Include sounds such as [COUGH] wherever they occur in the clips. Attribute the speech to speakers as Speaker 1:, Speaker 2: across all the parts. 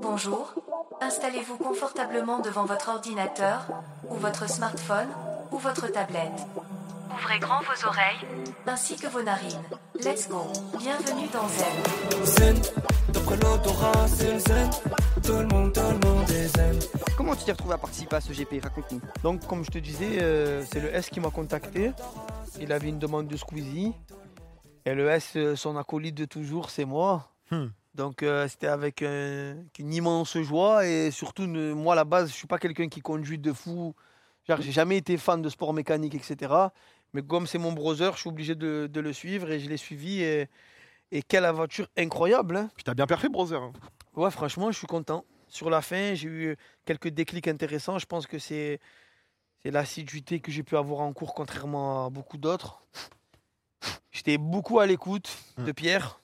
Speaker 1: Bonjour, installez-vous confortablement devant votre ordinateur, ou votre smartphone, ou votre tablette. Ouvrez grand vos oreilles, ainsi que vos narines. Let's go. Bienvenue dans Zen.
Speaker 2: Zen, t'as pris l'odorat, c'est le zen. Tout le monde, tout le monde est zen.
Speaker 3: Comment tu t'es retrouvé à participer à ce GP Raconte-nous.
Speaker 4: Donc, comme je te disais, euh, c'est le S qui m'a contacté. Il avait une demande de Squeezie. Et le S, euh, son acolyte de toujours, c'est moi.
Speaker 5: Hmm.
Speaker 4: Donc, euh, c'était avec un- une immense joie. Et surtout, ne- moi, à la base, je suis pas quelqu'un qui conduit de fou. Genre, j'ai jamais été fan de sport mécanique, etc. Mais comme c'est mon brother, je suis obligé de, de le suivre. Et je l'ai suivi. Et, et quelle aventure incroyable! hein.
Speaker 5: Puis t'as bien perfait, brother. hein.
Speaker 4: Ouais, franchement, je suis content. Sur la fin, j'ai eu quelques déclics intéressants. Je pense que c'est c'est l'assiduité que j'ai pu avoir en cours, contrairement à beaucoup d'autres. J'étais beaucoup à l'écoute de Pierre.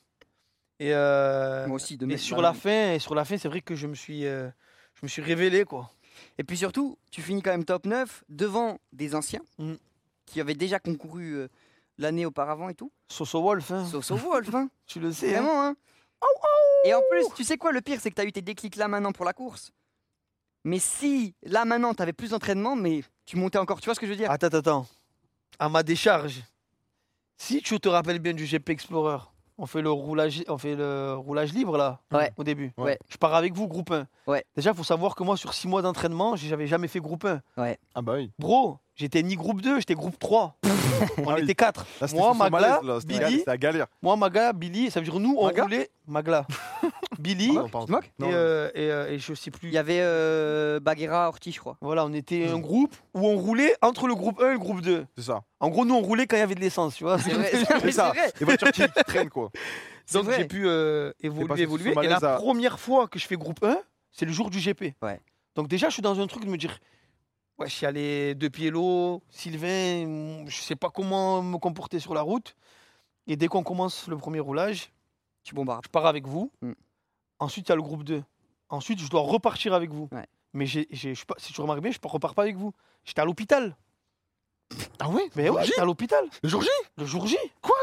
Speaker 4: Et, euh,
Speaker 3: Moi aussi, Hum. de
Speaker 4: et
Speaker 3: mettre
Speaker 4: sur
Speaker 3: dans-
Speaker 4: la fin, et sur la fin, c'est vrai que je me suis euh, je me suis révélé quoi.
Speaker 3: Et puis surtout, tu finis quand même top 9 devant des anciens
Speaker 4: Mm.
Speaker 3: qui avaient déjà concouru euh, l'année auparavant et tout.
Speaker 4: Soso Wolf, hein,
Speaker 3: Sauf sauf Wolf,
Speaker 4: [LAUGHS]
Speaker 3: hein.
Speaker 4: tu le sais. hein.
Speaker 3: Vraiment, hein. Et en plus, tu sais quoi, le pire, c'est que t'as eu tes déclics là maintenant pour la course. Mais si, là maintenant, t'avais plus d'entraînement, mais tu montais encore, tu vois ce que je veux dire
Speaker 4: Attends, attends. À ma décharge, si tu te rappelles bien du GP Explorer, on fait le roulage, on fait le roulage libre là,
Speaker 3: Ouais.
Speaker 4: au début.
Speaker 3: Ouais.
Speaker 4: Je pars avec vous, groupe 1.
Speaker 3: Ouais.
Speaker 4: Déjà, faut savoir que moi, sur 6 mois d'entraînement, j'ai- j'avais jamais fait groupe 1.
Speaker 5: Ah bah oui.
Speaker 4: Bro, j'étais ni groupe 2, j'étais groupe
Speaker 3: [LAUGHS]
Speaker 4: 3. on
Speaker 5: Ah oui.
Speaker 4: était 4.
Speaker 5: Là, c'était
Speaker 4: Moi,
Speaker 5: sous son malaise,
Speaker 4: Magla,
Speaker 5: là, c'était la-
Speaker 4: Billy,
Speaker 5: c'était la galère.
Speaker 4: moi, Maga, Billy, ça veut dire nous, on
Speaker 5: Maga
Speaker 4: roulait
Speaker 3: [LAUGHS]
Speaker 4: Magla. Billy,
Speaker 5: Ah Pardon, pardon.
Speaker 3: tu te moques
Speaker 4: et, euh, et, euh, et je sais plus.
Speaker 3: Il y avait euh, Baguera, Ortiz, je crois.
Speaker 4: Voilà, on était un groupe où on roulait entre le groupe 1 et le groupe 2.
Speaker 5: C'est [LAUGHS] ça.
Speaker 4: En gros, nous, on roulait quand il y avait de l'essence, tu vois.
Speaker 3: C'est vrai, c'est vrai,
Speaker 5: C'est ça.
Speaker 3: c'est vrai.
Speaker 5: Les voitures qui, qui traînent, quoi.
Speaker 3: C'est
Speaker 4: Donc
Speaker 3: vrai.
Speaker 4: j'ai pu euh,
Speaker 5: passé
Speaker 4: évoluer,
Speaker 5: sous
Speaker 4: évoluer.
Speaker 5: son
Speaker 4: Et la
Speaker 5: malaise à-
Speaker 4: première fois que je fais groupe 1, c'est le jour du GP.
Speaker 3: Ouais.
Speaker 4: Donc déjà, je suis dans un truc de me dire, ouais, je suis allé de pied l'eau, Sylvain, mm, je sais pas comment me comporter sur la route. Et dès qu'on commence le premier roulage,
Speaker 3: Tu bombardes.
Speaker 4: je pars avec vous.
Speaker 3: Mm.
Speaker 4: Ensuite, il y a le groupe 2. Ensuite, je dois repartir avec vous.
Speaker 3: Ouais.
Speaker 4: Mais j'ai- j'ai- je suis pas- si tu remarques bien, je repars pas avec vous. J'étais à l'hôpital.
Speaker 5: Ah ouais
Speaker 4: Mais oui, j'étais à l'hôpital.
Speaker 5: Le jour J
Speaker 4: Le jour J.
Speaker 5: Quoi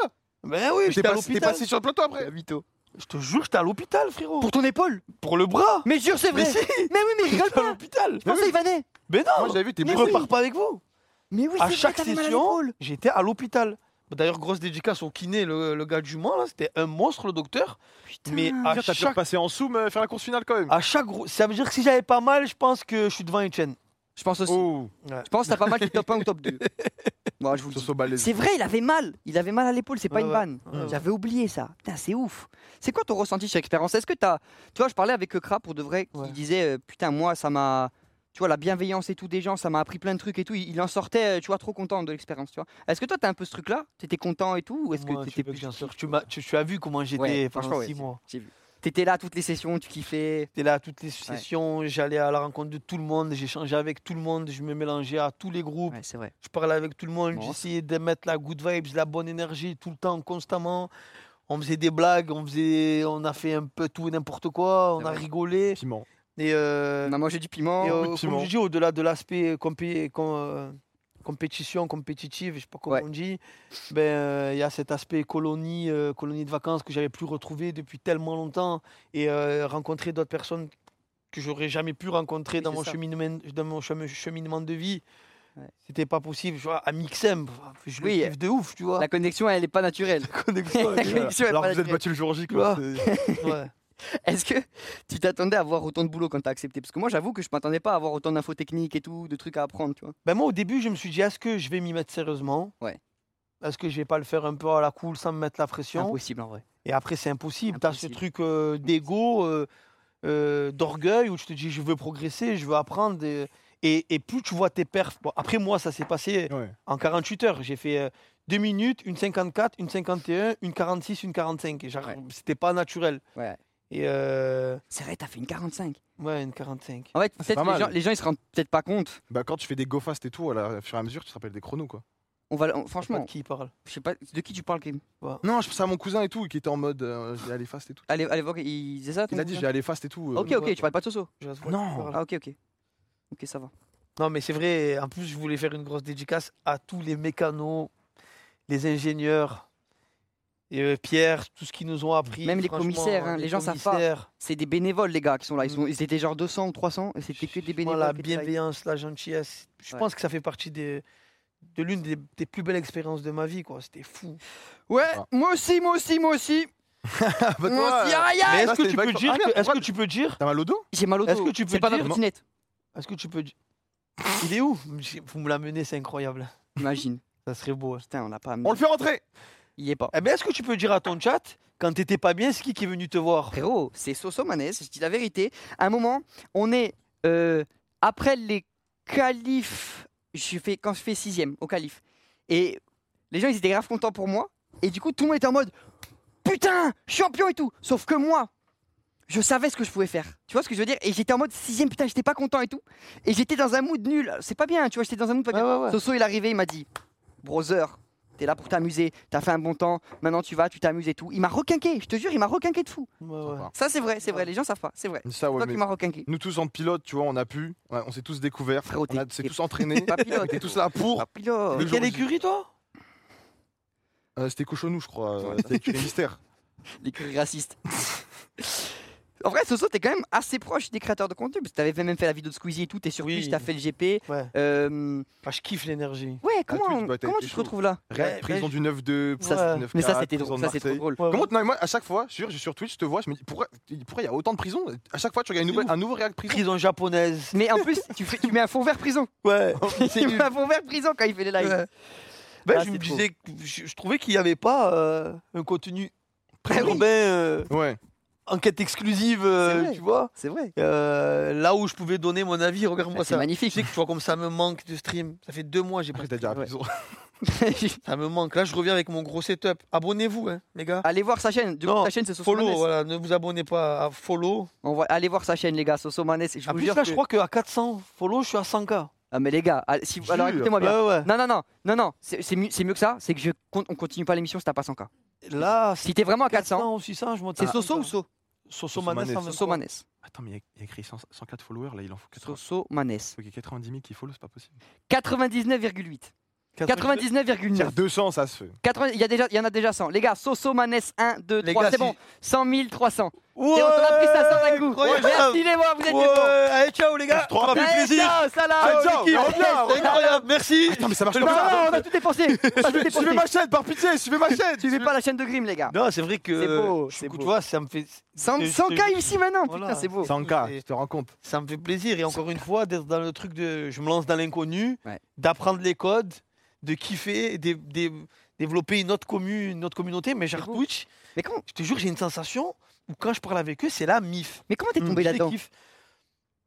Speaker 4: Ben oui,
Speaker 5: T'es
Speaker 4: j'étais à
Speaker 5: passé, t'es
Speaker 4: l'hôpital.
Speaker 5: passé sur le plateau après
Speaker 4: Je te jure, j'étais à l'hôpital, frérot.
Speaker 3: Pour ton épaule
Speaker 4: pour le bras.
Speaker 3: Mais jure, c'est vrai
Speaker 4: Mais si,
Speaker 3: Mais oui, mais [LAUGHS] je rigole
Speaker 4: j'étais à
Speaker 3: pas
Speaker 4: l'hôpital.
Speaker 3: Je pensais qu'il vanait
Speaker 4: Mais non,
Speaker 5: Moi, j'avais vu, t'es
Speaker 4: je
Speaker 5: blessé.
Speaker 4: repars pas avec vous.
Speaker 3: Mais oui,
Speaker 4: À
Speaker 3: c'est
Speaker 4: chaque
Speaker 3: vrai, t'avais mal à
Speaker 4: session,
Speaker 3: l'épaule.
Speaker 4: j'étais à l'hôpital. D'ailleurs, grosse dédicace au kiné, le, le gars du Mans, là, c'était un monstre, le docteur.
Speaker 3: Putain.
Speaker 4: Mais
Speaker 5: Ah,
Speaker 4: à
Speaker 5: T'as pu
Speaker 4: chaque,
Speaker 5: repasser en soum, euh, faire la course finale quand même.
Speaker 4: à chaque gros- ça veut dire que si j'avais pas mal, je pense que je suis devant Etienne.
Speaker 3: Je pense aussi.
Speaker 5: Oh,
Speaker 3: Je pense que t'as pas mal du top 1 ou top 2. Moi, je vous le
Speaker 5: sur
Speaker 3: dis.
Speaker 5: son malaise.
Speaker 3: C'est vrai, il avait mal. Il avait mal à l'épaule, c'est pas
Speaker 4: Ouais,
Speaker 3: une
Speaker 4: ouais.
Speaker 3: vanne.
Speaker 4: Ouais, ouais.
Speaker 3: J'avais oublié ça. Putain, c'est ouf. C'est quoi ton ressenti sur l'expérience Est-ce que t'as. Tu vois, je parlais avec Kra pour de vrai, qui
Speaker 4: Ouais.
Speaker 3: disait euh, Putain, moi, ça m'a. Tu vois, la bienveillance et tout des gens, ça m'a appris plein de trucs et tout. Il il en sortait, euh, tu vois, trop content de l'expérience, tu vois. Est-ce que toi, t'as un peu ce truc-là T'étais content et tout Ou est-ce
Speaker 4: Moi,
Speaker 3: que
Speaker 4: tu
Speaker 3: t'étais
Speaker 4: veux que
Speaker 3: plus.
Speaker 4: j'en sorte tu, m'as- tu- tu as vu comment j'étais
Speaker 3: Ouais, franchement,
Speaker 4: pendant
Speaker 3: ouais,
Speaker 4: six
Speaker 3: c'est-
Speaker 4: mois.
Speaker 3: T'étais là toutes les sessions, tu kiffais.
Speaker 4: J'étais là à toutes les sessions, j'allais à la rencontre de tout le monde, j'échangeais avec tout le monde, je me mélangeais à tous les groupes.
Speaker 3: Ouais, c'est vrai.
Speaker 4: Je parlais avec tout le monde,
Speaker 3: Bon.
Speaker 4: j'essayais de mettre la good vibes, la bonne énergie tout le temps, constamment. On faisait des blagues, on faisait, on a fait un peu tout et n'importe quoi, on
Speaker 3: C'est
Speaker 4: a
Speaker 3: vrai.
Speaker 4: rigolé.
Speaker 5: [LAUGHS] Piment.
Speaker 4: Et, euh,
Speaker 3: On a mangé du piment.
Speaker 4: et, euh,
Speaker 5: beaucoup de
Speaker 4: comme
Speaker 5: piment.
Speaker 4: je dis, au-delà de l'aspect compé- com- euh, compétition, compétitive, je sais pas comment
Speaker 3: Ouais.
Speaker 4: on dit, ben euh, il y a cet aspect colonie, euh, colonie de vacances que j'avais plus retrouvé depuis tellement longtemps et euh, rencontrer d'autres personnes que j'aurais jamais pu rencontrer
Speaker 3: Oui,
Speaker 4: dans
Speaker 3: c'est
Speaker 4: mon,
Speaker 3: ça.
Speaker 4: cheminement, dans mon chemin- cheminement de vie.
Speaker 3: Ouais.
Speaker 4: C'était pas possible, je vois, à Mixem, je le
Speaker 3: Oui.
Speaker 4: kiffe de ouf, tu vois.
Speaker 3: La connexion, elle est pas naturelle.
Speaker 4: [LAUGHS] connexion
Speaker 3: La
Speaker 4: avec-
Speaker 3: connexion, elle est
Speaker 5: Alors
Speaker 3: pas
Speaker 5: vous êtes
Speaker 3: naturelle.
Speaker 5: battu le jour J,
Speaker 4: Tu
Speaker 5: quoi.
Speaker 4: vois.
Speaker 5: [LAUGHS] C'est-
Speaker 3: [LAUGHS]
Speaker 4: Ouais.
Speaker 3: Est-ce que tu t'attendais à avoir autant de boulot quand t'as accepté Parce que moi, j'avoue que je m'attendais pas à avoir autant d'infos techniques et tout, de trucs à apprendre, tu vois.
Speaker 4: Ben moi, au début, je me suis dit, est-ce que je vais m'y mettre sérieusement
Speaker 3: Ouais.
Speaker 4: Est-ce que je vais pas le faire un peu à la cool sans me mettre la
Speaker 3: C'est
Speaker 4: pression
Speaker 3: impossible en vrai.
Speaker 4: Et après, c'est impossible. Tu as ce
Speaker 3: Impossible.
Speaker 4: truc euh, d'ego, euh, euh, d'orgueil, où tu te dis, je veux progresser, je veux apprendre. Et, et- et plus tu vois tes perfs. Bon, après, moi, ça s'est passé
Speaker 5: Ouais.
Speaker 4: en 48 heures. J'ai fait 2 minutes, une 54, une 51, une 46, une 45. Et genre,
Speaker 3: Ouais.
Speaker 4: C'était pas naturel.
Speaker 3: Ouais.
Speaker 4: Et euh,
Speaker 3: C'est vrai, t'as fait une 45.
Speaker 4: ouais, une 45.
Speaker 3: En fait,
Speaker 5: Ah, c'est
Speaker 3: Ah peut-être
Speaker 5: pas
Speaker 3: les gens,
Speaker 5: mal.
Speaker 3: les gens, ils se rendent peut-être pas compte.
Speaker 5: Bah quand tu fais des go fast et tout, à la- au fur et à mesure, tu te rappelles des chronos, quoi.
Speaker 3: On va, on-
Speaker 4: Je sais pas
Speaker 3: franchement,
Speaker 4: de qui il parle
Speaker 3: je sais pas de qui tu parles, Kim.
Speaker 5: Non, je pensais à mon cousin et tout, qui était en mode euh, je vais aller fast et tout.
Speaker 3: À l'é- à l'époque, il disait ça. ton
Speaker 5: Il a dit je
Speaker 3: cousin
Speaker 5: vais aller fast et tout. euh,
Speaker 3: Ok, ok, tu parles pas de Soso.
Speaker 4: Je vois de qui
Speaker 5: Non.
Speaker 4: il parle.
Speaker 3: Ah, ok, ok. Ok, ça va.
Speaker 4: Non, mais c'est vrai. En plus, je voulais faire une grosse dédicace à tous les mécanos, les ingénieurs, Et euh, Pierre, tout ce qu'ils nous ont appris.
Speaker 3: Même les
Speaker 4: franchement,
Speaker 3: commissaires, hein, les gens savent pas.
Speaker 4: commissaires,
Speaker 3: C'est des bénévoles, les gars, qui sont là. Ils,
Speaker 5: Mm.
Speaker 3: sont, ils étaient genre 200 ou 300, et c'était que
Speaker 4: franchement,
Speaker 3: des bénévoles.
Speaker 4: la
Speaker 3: qui étaient là.
Speaker 4: bienveillance, la gentillesse. Je
Speaker 3: Ouais.
Speaker 4: pense que ça fait partie des, de l'une des, des plus belles expériences de ma vie. quoi. C'était fou.
Speaker 3: Ouais,
Speaker 5: Ah.
Speaker 3: moi aussi, moi aussi, moi aussi.
Speaker 5: Ah, bah,
Speaker 3: moi
Speaker 5: toi,
Speaker 3: aussi,
Speaker 5: euh,
Speaker 3: aïe, aïe.
Speaker 4: Mais
Speaker 5: ça,
Speaker 4: est-ce que,
Speaker 5: c'est
Speaker 4: tu
Speaker 5: une
Speaker 4: peux
Speaker 5: blague
Speaker 4: dire
Speaker 5: fort.
Speaker 4: que-
Speaker 5: Ah,
Speaker 4: est-ce que tu peux dire
Speaker 5: T'as mal au dos
Speaker 3: J'ai mal au dos.
Speaker 4: Est-ce que tu
Speaker 3: C'est
Speaker 4: peux
Speaker 3: pas ma
Speaker 4: dire-
Speaker 3: trottinette.
Speaker 4: Est-ce que tu peux di- Il est où Vous me l'amenez, c'est incroyable.
Speaker 3: Imagine.
Speaker 4: Ça serait beau. hein.
Speaker 3: Putain, on l'a pas amené.
Speaker 5: On le fait rentrer
Speaker 3: Il y est pas.
Speaker 4: Eh ben, est-ce que tu peux dire à ton chat quand t'étais pas bien, c'est qui qui est venu te voir
Speaker 3: Frérot, c'est Soso Manès, je dis la vérité. À un moment, on est euh, après les qualifs, je fais, quand je fais sixième au qualif. Et les gens, ils étaient grave contents pour moi. Et du coup, tout le monde était en mode Putain, champion et tout. Sauf que moi, je savais ce que je pouvais faire. Tu vois ce que je veux dire Et j'étais en mode sixième, putain, j'étais pas content et tout. Et j'étais dans un mood nul. C'est pas bien, tu vois, j'étais dans un mood pas bien.
Speaker 4: Ah
Speaker 3: Soso, il est arrivé, il m'a dit Brother, t'es là pour t'amuser, t'as fait un bon temps, maintenant tu vas, tu t'amuses et tout. Il m'a requinqué, je te jure, il m'a requinqué de fou.
Speaker 4: Ouais, ouais.
Speaker 3: Ça, c'est vrai, c'est vrai, les gens savent pas, c'est vrai.
Speaker 5: Ça, ouais,
Speaker 3: Toi
Speaker 5: mais
Speaker 3: qui m'as requinqué.
Speaker 5: nous tous en pilote, tu vois, on a pu, on a- on s'est tous découverts,
Speaker 3: Frérot,
Speaker 5: on a-
Speaker 3: t'es-
Speaker 5: s'est
Speaker 3: t'es-
Speaker 5: tous entraînés,
Speaker 3: Pas
Speaker 5: on
Speaker 3: pilote.
Speaker 5: était tous là pour.
Speaker 3: Pas pilote.
Speaker 5: Le
Speaker 4: Mais
Speaker 5: jour
Speaker 4: quelle
Speaker 5: J.
Speaker 4: écurie, toi
Speaker 5: Euh, C'était Cochonou, je crois, euh, c'était écrit
Speaker 3: [LAUGHS]
Speaker 5: mystère.
Speaker 3: Les cris racistes. En vrai, Soso, t'es quand même assez proche des créateurs de contenu, parce que t'avais fait- même fait la vidéo de Squeezie et tout, t'es sur
Speaker 4: Oui.
Speaker 3: Twitch, t'as fait le GP.
Speaker 4: Ouais.
Speaker 3: euh,
Speaker 4: Ah, je kiffe l'énergie.
Speaker 3: Ouais,
Speaker 5: Twitch,
Speaker 3: comment,
Speaker 5: bah, t'as
Speaker 3: comment
Speaker 5: été
Speaker 3: tu te
Speaker 5: chaud.
Speaker 3: retrouves là
Speaker 5: Ré-
Speaker 4: Ouais,
Speaker 5: Prison
Speaker 4: ouais,
Speaker 5: du 9-2,
Speaker 4: Ça, c'est-
Speaker 5: du 9-4,
Speaker 3: Mais ça, c'était
Speaker 5: prison
Speaker 3: drôle,
Speaker 5: de
Speaker 3: ça, c'est trop
Speaker 5: Marseille.
Speaker 3: drôle.
Speaker 4: Ouais,
Speaker 5: Comment non, mais moi à chaque fois, je suis, sur Twitch, je te vois, je me dis pourquoi pourquoi il y a autant de prisons À chaque fois tu regardes une
Speaker 4: C'est
Speaker 5: nouvelle,
Speaker 4: ouf.
Speaker 5: un nouveau réact prison.
Speaker 4: Prison japonaise.
Speaker 3: Mais en plus, tu, fais- tu mets un fond vert prison.
Speaker 4: [LAUGHS] Ouais.
Speaker 3: [LAUGHS] Tu mets un fond vert prison quand il fait les lives.
Speaker 4: Ouais. Ben,
Speaker 3: Ah,
Speaker 4: je
Speaker 3: c'est
Speaker 4: me
Speaker 3: trop.
Speaker 4: disais, que je, je trouvais qu'il n'y avait pas euh, un contenu très
Speaker 3: Ah oui.
Speaker 4: urbain, euh,
Speaker 5: Ouais.
Speaker 4: enquête exclusive, euh,
Speaker 3: C'est vrai.
Speaker 4: tu vois.
Speaker 3: C'est vrai.
Speaker 4: Euh, là où je pouvais donner mon avis, regarde-moi
Speaker 3: Ah, C'est
Speaker 4: ça. Tu
Speaker 3: magnifique.
Speaker 4: sais que tu vois comme ça me manque de stream. Ça fait deux mois j'ai pas.
Speaker 5: Après t'as dit à la
Speaker 3: Ouais.
Speaker 5: prison.
Speaker 4: Ça me manque. Là je reviens avec mon gros setup. Abonnez-vous, hein, les gars.
Speaker 3: [LAUGHS] Allez voir sa chaîne. Du coup,
Speaker 4: Non,
Speaker 3: ta chaîne, c'est Soso
Speaker 4: Follow,
Speaker 3: Maness.
Speaker 4: voilà, ne vous abonnez pas à follow.
Speaker 3: On va aller voir sa chaîne, les gars, Soso Maness. Je
Speaker 4: En
Speaker 3: vous
Speaker 4: plus,
Speaker 3: jure.
Speaker 4: là,
Speaker 3: que-
Speaker 4: je crois qu'à 400 follow, je suis à 100K.
Speaker 3: Ah, mais les gars, allez- si- alors
Speaker 5: Jure.
Speaker 3: écoutez-moi bien.
Speaker 4: Ouais, ouais.
Speaker 3: Non, non, non, non, non, c'est c'est mieux, c'est mieux que ça, c'est que je compte- on continue pas l'émission si t'as pas 100K.
Speaker 4: Là, c'est
Speaker 3: Si t'es vraiment à 400,
Speaker 4: 400 ou 600, je monte.
Speaker 3: c'est
Speaker 4: à
Speaker 3: Soso
Speaker 4: 100K.
Speaker 3: ou So
Speaker 4: Soso Manes,
Speaker 5: Soso Manes.
Speaker 3: Soso Maness.
Speaker 5: Attends mais il y a- il y a écrit 100 104 followers là, il en faut 80.
Speaker 3: Soso Maness.
Speaker 5: Ok, 90 000 qui follow, c'est pas possible.
Speaker 3: 99,8.
Speaker 4: hein.
Speaker 3: 99,9.
Speaker 5: Tiens, 200 ça se fait.
Speaker 3: 80 Il y, a déjà- il y en a déjà 100. Les gars, Soso Maness 1, 2,
Speaker 4: Les
Speaker 3: 3,
Speaker 4: gars,
Speaker 3: c'est
Speaker 4: si-
Speaker 3: bon. 100 000, 300.
Speaker 4: Ouais,
Speaker 3: Et on en a pris 500 d'un coup.
Speaker 4: incroyable.
Speaker 3: Merci les gars, vous êtes
Speaker 4: Ouais,
Speaker 3: des bons.
Speaker 4: allez, ciao les gars.
Speaker 5: Trois,
Speaker 4: fait
Speaker 3: Allez,
Speaker 4: plaisir.
Speaker 3: ciao,
Speaker 5: Allez,
Speaker 3: Salam.
Speaker 5: ciao,
Speaker 4: l'équipe.
Speaker 5: on revient,
Speaker 4: C'est incroyable, merci.
Speaker 5: Attends mais ça marche
Speaker 3: Non,
Speaker 5: comme ça.
Speaker 3: non, on a tout
Speaker 4: [LAUGHS]
Speaker 3: dépensé. On a tout
Speaker 5: Suivez-
Speaker 3: dépensé.
Speaker 5: Suivez ma chaîne par pitié, suivez ma
Speaker 3: [LAUGHS]
Speaker 5: chaîne.
Speaker 3: Suivez pas la chaîne de Grimm, les gars.
Speaker 4: Non, c'est vrai que.
Speaker 3: C'est beau,
Speaker 4: je-
Speaker 3: c'est
Speaker 4: écoute,
Speaker 3: beau.
Speaker 4: Tu vois, ça me fait.
Speaker 3: 100,
Speaker 4: je-
Speaker 3: 100K ici maintenant, putain,
Speaker 4: Voilà.
Speaker 3: c'est beau.
Speaker 5: 100K, je te rends compte.
Speaker 4: Ça me fait plaisir. Et encore une fois, d'être dans le truc de. Je me lance dans l'inconnu,
Speaker 3: Ouais.
Speaker 4: d'apprendre les codes, de kiffer, dé- dé- développer une autre commune, une autre communauté. Mais genre
Speaker 3: beau.
Speaker 4: Twitch,
Speaker 3: Mais comment
Speaker 4: je te jure, j'ai une sensation où quand je parle avec eux, c'est la mif.
Speaker 3: mais comment t'es
Speaker 4: Mm,
Speaker 3: tombé
Speaker 4: je les
Speaker 3: là-dedans
Speaker 4: kiffe.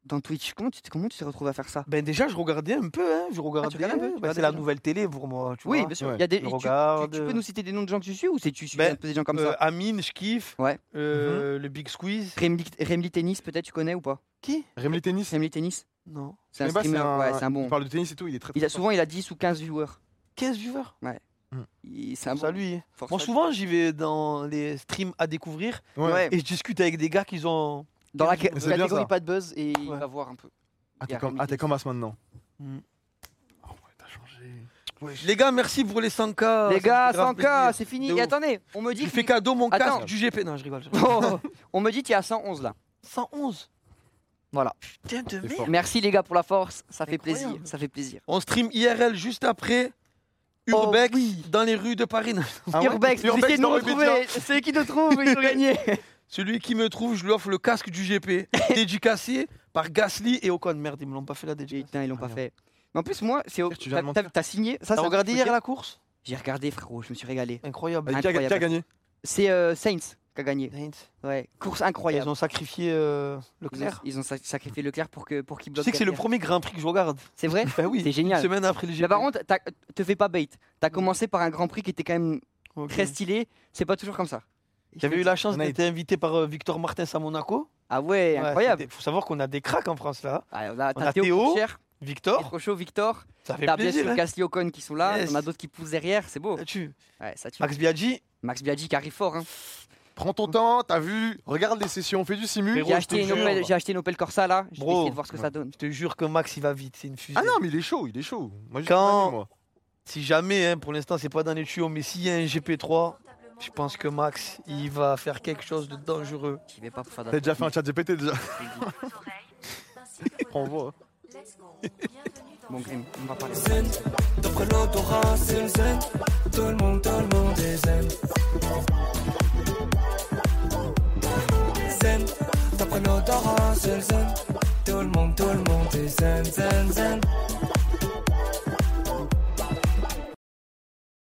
Speaker 3: Dans Twitch, comment tu t'es- comment tu t'es retrouvé à faire ça
Speaker 4: Ben déjà, je regardais un peu. Hein. Je regardais.
Speaker 3: regardais un peu, Ah, tu
Speaker 4: ben,
Speaker 3: regardais
Speaker 4: c'est la
Speaker 3: déjà.
Speaker 4: nouvelle télé pour moi. Tu
Speaker 3: Oui,
Speaker 4: vois.
Speaker 3: bien sûr.
Speaker 5: Ouais.
Speaker 3: Il y a des,
Speaker 4: Je
Speaker 3: tu- tu,
Speaker 4: regarde,
Speaker 3: tu peux
Speaker 4: euh,
Speaker 3: nous citer des noms de gens que tu suis ou c'est tu suis
Speaker 4: Ben,
Speaker 3: un peu des gens comme
Speaker 4: Euh,
Speaker 3: ça
Speaker 4: Amine, je kiffe.
Speaker 3: Ouais.
Speaker 4: Euh, Le Big Squeeze.
Speaker 3: Remly, Remly Tennis, peut-être tu connais ou pas
Speaker 4: Qui
Speaker 5: Rémi tennis,
Speaker 3: Remly Tennis
Speaker 4: Non.
Speaker 3: C'est un
Speaker 5: Eh ben, c'est
Speaker 3: streamer,
Speaker 5: un-
Speaker 3: ouais, c'est un bon.
Speaker 5: il parle de tennis et tout, il est très
Speaker 3: Il a, souvent, il a 10 ou 15 viewers.
Speaker 4: 15 viewers.
Speaker 3: Il- C'est un Ah bon.
Speaker 4: Ça lui.
Speaker 3: force
Speaker 4: Moi
Speaker 3: à lui.
Speaker 4: souvent j'y vais dans les streams à découvrir
Speaker 3: Ouais.
Speaker 4: et je discute avec des gars qui ont.
Speaker 3: Dans la
Speaker 4: C'est
Speaker 3: ca-
Speaker 5: bien,
Speaker 3: catégorie
Speaker 5: ça.
Speaker 3: pas de buzz et il
Speaker 4: Ouais.
Speaker 3: va voir un peu.
Speaker 5: Ah,
Speaker 3: Il y
Speaker 5: t'es
Speaker 3: a
Speaker 5: comme,
Speaker 3: Rémi
Speaker 5: ah, t'es
Speaker 3: Tennis.
Speaker 5: comme As maintenant.
Speaker 4: Mm.
Speaker 5: Oh ouais, t'as changé.
Speaker 4: Les gars merci pour les 100K.
Speaker 3: Les gars,
Speaker 4: k
Speaker 3: 100K, c'est fini.
Speaker 4: De
Speaker 3: Et
Speaker 4: ouf.
Speaker 3: attendez, on me dit.
Speaker 4: Tu fais
Speaker 3: [LAUGHS] qu'il-
Speaker 4: cadeau mon
Speaker 3: Attends.
Speaker 4: casque du GP. Non je rigole. je rigole.
Speaker 3: Oh, on me dit qu'il y a 111 là.
Speaker 4: 111.
Speaker 3: Voilà.
Speaker 4: Putain de
Speaker 5: C'est
Speaker 4: merde.
Speaker 5: fort.
Speaker 3: Merci les gars pour la force, ça fait
Speaker 4: Incroyable.
Speaker 3: plaisir, ça fait plaisir.
Speaker 4: On stream IRL juste après.
Speaker 3: Oh
Speaker 4: Urbex
Speaker 3: oui.
Speaker 4: dans les rues de Paris. Non.
Speaker 5: Ah ouais
Speaker 3: Urbex, vous essayez de nous
Speaker 5: dans Rugby Club.
Speaker 3: retrouver. Ceux qui nous trouvent,
Speaker 4: [LAUGHS]
Speaker 3: ils ont gagné.
Speaker 4: Celui qui me trouve, je lui offre le casque du [LAUGHS] GP, dédicacé par Gasly et Ocon. Merde, ils me l'ont pas fait la dédicace.
Speaker 3: Putain, ils l'ont
Speaker 4: Ah,
Speaker 3: pas
Speaker 4: merde.
Speaker 3: fait. Mais en plus, moi, c'est au-
Speaker 5: Tu viens de
Speaker 3: t'as-
Speaker 5: mentir.
Speaker 3: t'as- t'as signé. Ça,
Speaker 4: T'as
Speaker 3: ça-
Speaker 4: regardé
Speaker 3: faut
Speaker 4: hier
Speaker 3: dire-
Speaker 4: la course
Speaker 3: J'ai regardé, frérot, je me suis régalé.
Speaker 4: Incroyable.
Speaker 5: Qui a- qui a- qui a gagné
Speaker 3: C'est euh, Saints qui a gagné.
Speaker 4: Saints.
Speaker 3: Ouais, course
Speaker 4: Ils
Speaker 3: incroyable.
Speaker 4: ont sacrifié euh,
Speaker 3: Ils ont,
Speaker 4: Leclerc.
Speaker 3: ils ont sa- sacrifié Leclerc pour que pour qu'il
Speaker 4: Tu
Speaker 3: bloque.
Speaker 4: sais que c'est le
Speaker 3: derrière.
Speaker 4: premier Grand Prix que je regarde.
Speaker 3: C'est vrai.
Speaker 4: [LAUGHS] Ben oui.
Speaker 3: C'est génial.
Speaker 4: Une semaine après le
Speaker 3: Mais
Speaker 4: GP.
Speaker 3: par contre, t'as- te fais pas bait. T'as commencé par un Grand Prix qui était quand même
Speaker 4: Ok.
Speaker 3: très stylé. C'est pas toujours comme ça.
Speaker 4: J'avais eu la chance
Speaker 5: On a
Speaker 4: d'être invité par euh, Victor Martins à Monaco.
Speaker 3: Ah ouais, incroyable.
Speaker 4: Il faut savoir qu'on a des cracks en France là.
Speaker 3: Ah, on a-
Speaker 4: On
Speaker 3: T'as
Speaker 4: a
Speaker 3: Théo,
Speaker 4: Théo,
Speaker 3: Pourchère,
Speaker 4: Victor,
Speaker 3: Rochaud, Victor.
Speaker 4: ça fait
Speaker 3: T'as bien
Speaker 4: plaisir.
Speaker 3: sûr
Speaker 4: hein.
Speaker 3: Gasly Ocon qui sont là.
Speaker 4: Yes.
Speaker 3: On a d'autres qui poussent derrière. C'est beau.
Speaker 4: Tu-
Speaker 3: Ouais, ça tue. Max,
Speaker 4: Max Biaggi,
Speaker 3: Biaggi qui arrive fort. Hein.
Speaker 5: Prends ton temps, t'as vu, regarde les sessions, fais du simu.
Speaker 4: Frérot,
Speaker 3: J'ai
Speaker 4: je
Speaker 3: acheté,
Speaker 4: te
Speaker 3: une
Speaker 4: jure.
Speaker 3: Opel- j'ai acheté une Opel Corsa là. Je vais
Speaker 4: Bro.
Speaker 3: essayer de voir ce que ça donne.
Speaker 4: je te jure que Max il va vite, c'est une fusée.
Speaker 5: Ah non, mais il est chaud, il est chaud. Moi, j'ai
Speaker 4: Quand-
Speaker 5: pas vu, moi.
Speaker 4: si jamais, hein, pour l'instant c'est pas dans les tuyaux, mais s'il y a un GP3, Je pense que Max, il va faire quelque chose de dangereux.
Speaker 1: J'y vais pas pour faire de
Speaker 5: T'as
Speaker 1: la
Speaker 5: déjà fait un chat GPT déjà
Speaker 4: [LAUGHS]
Speaker 5: On voit. hein.
Speaker 1: Bon, Grim, on va parler.
Speaker 3: Zen, d'après l'odorat, c'est le zen. Tout le monde, tout le monde est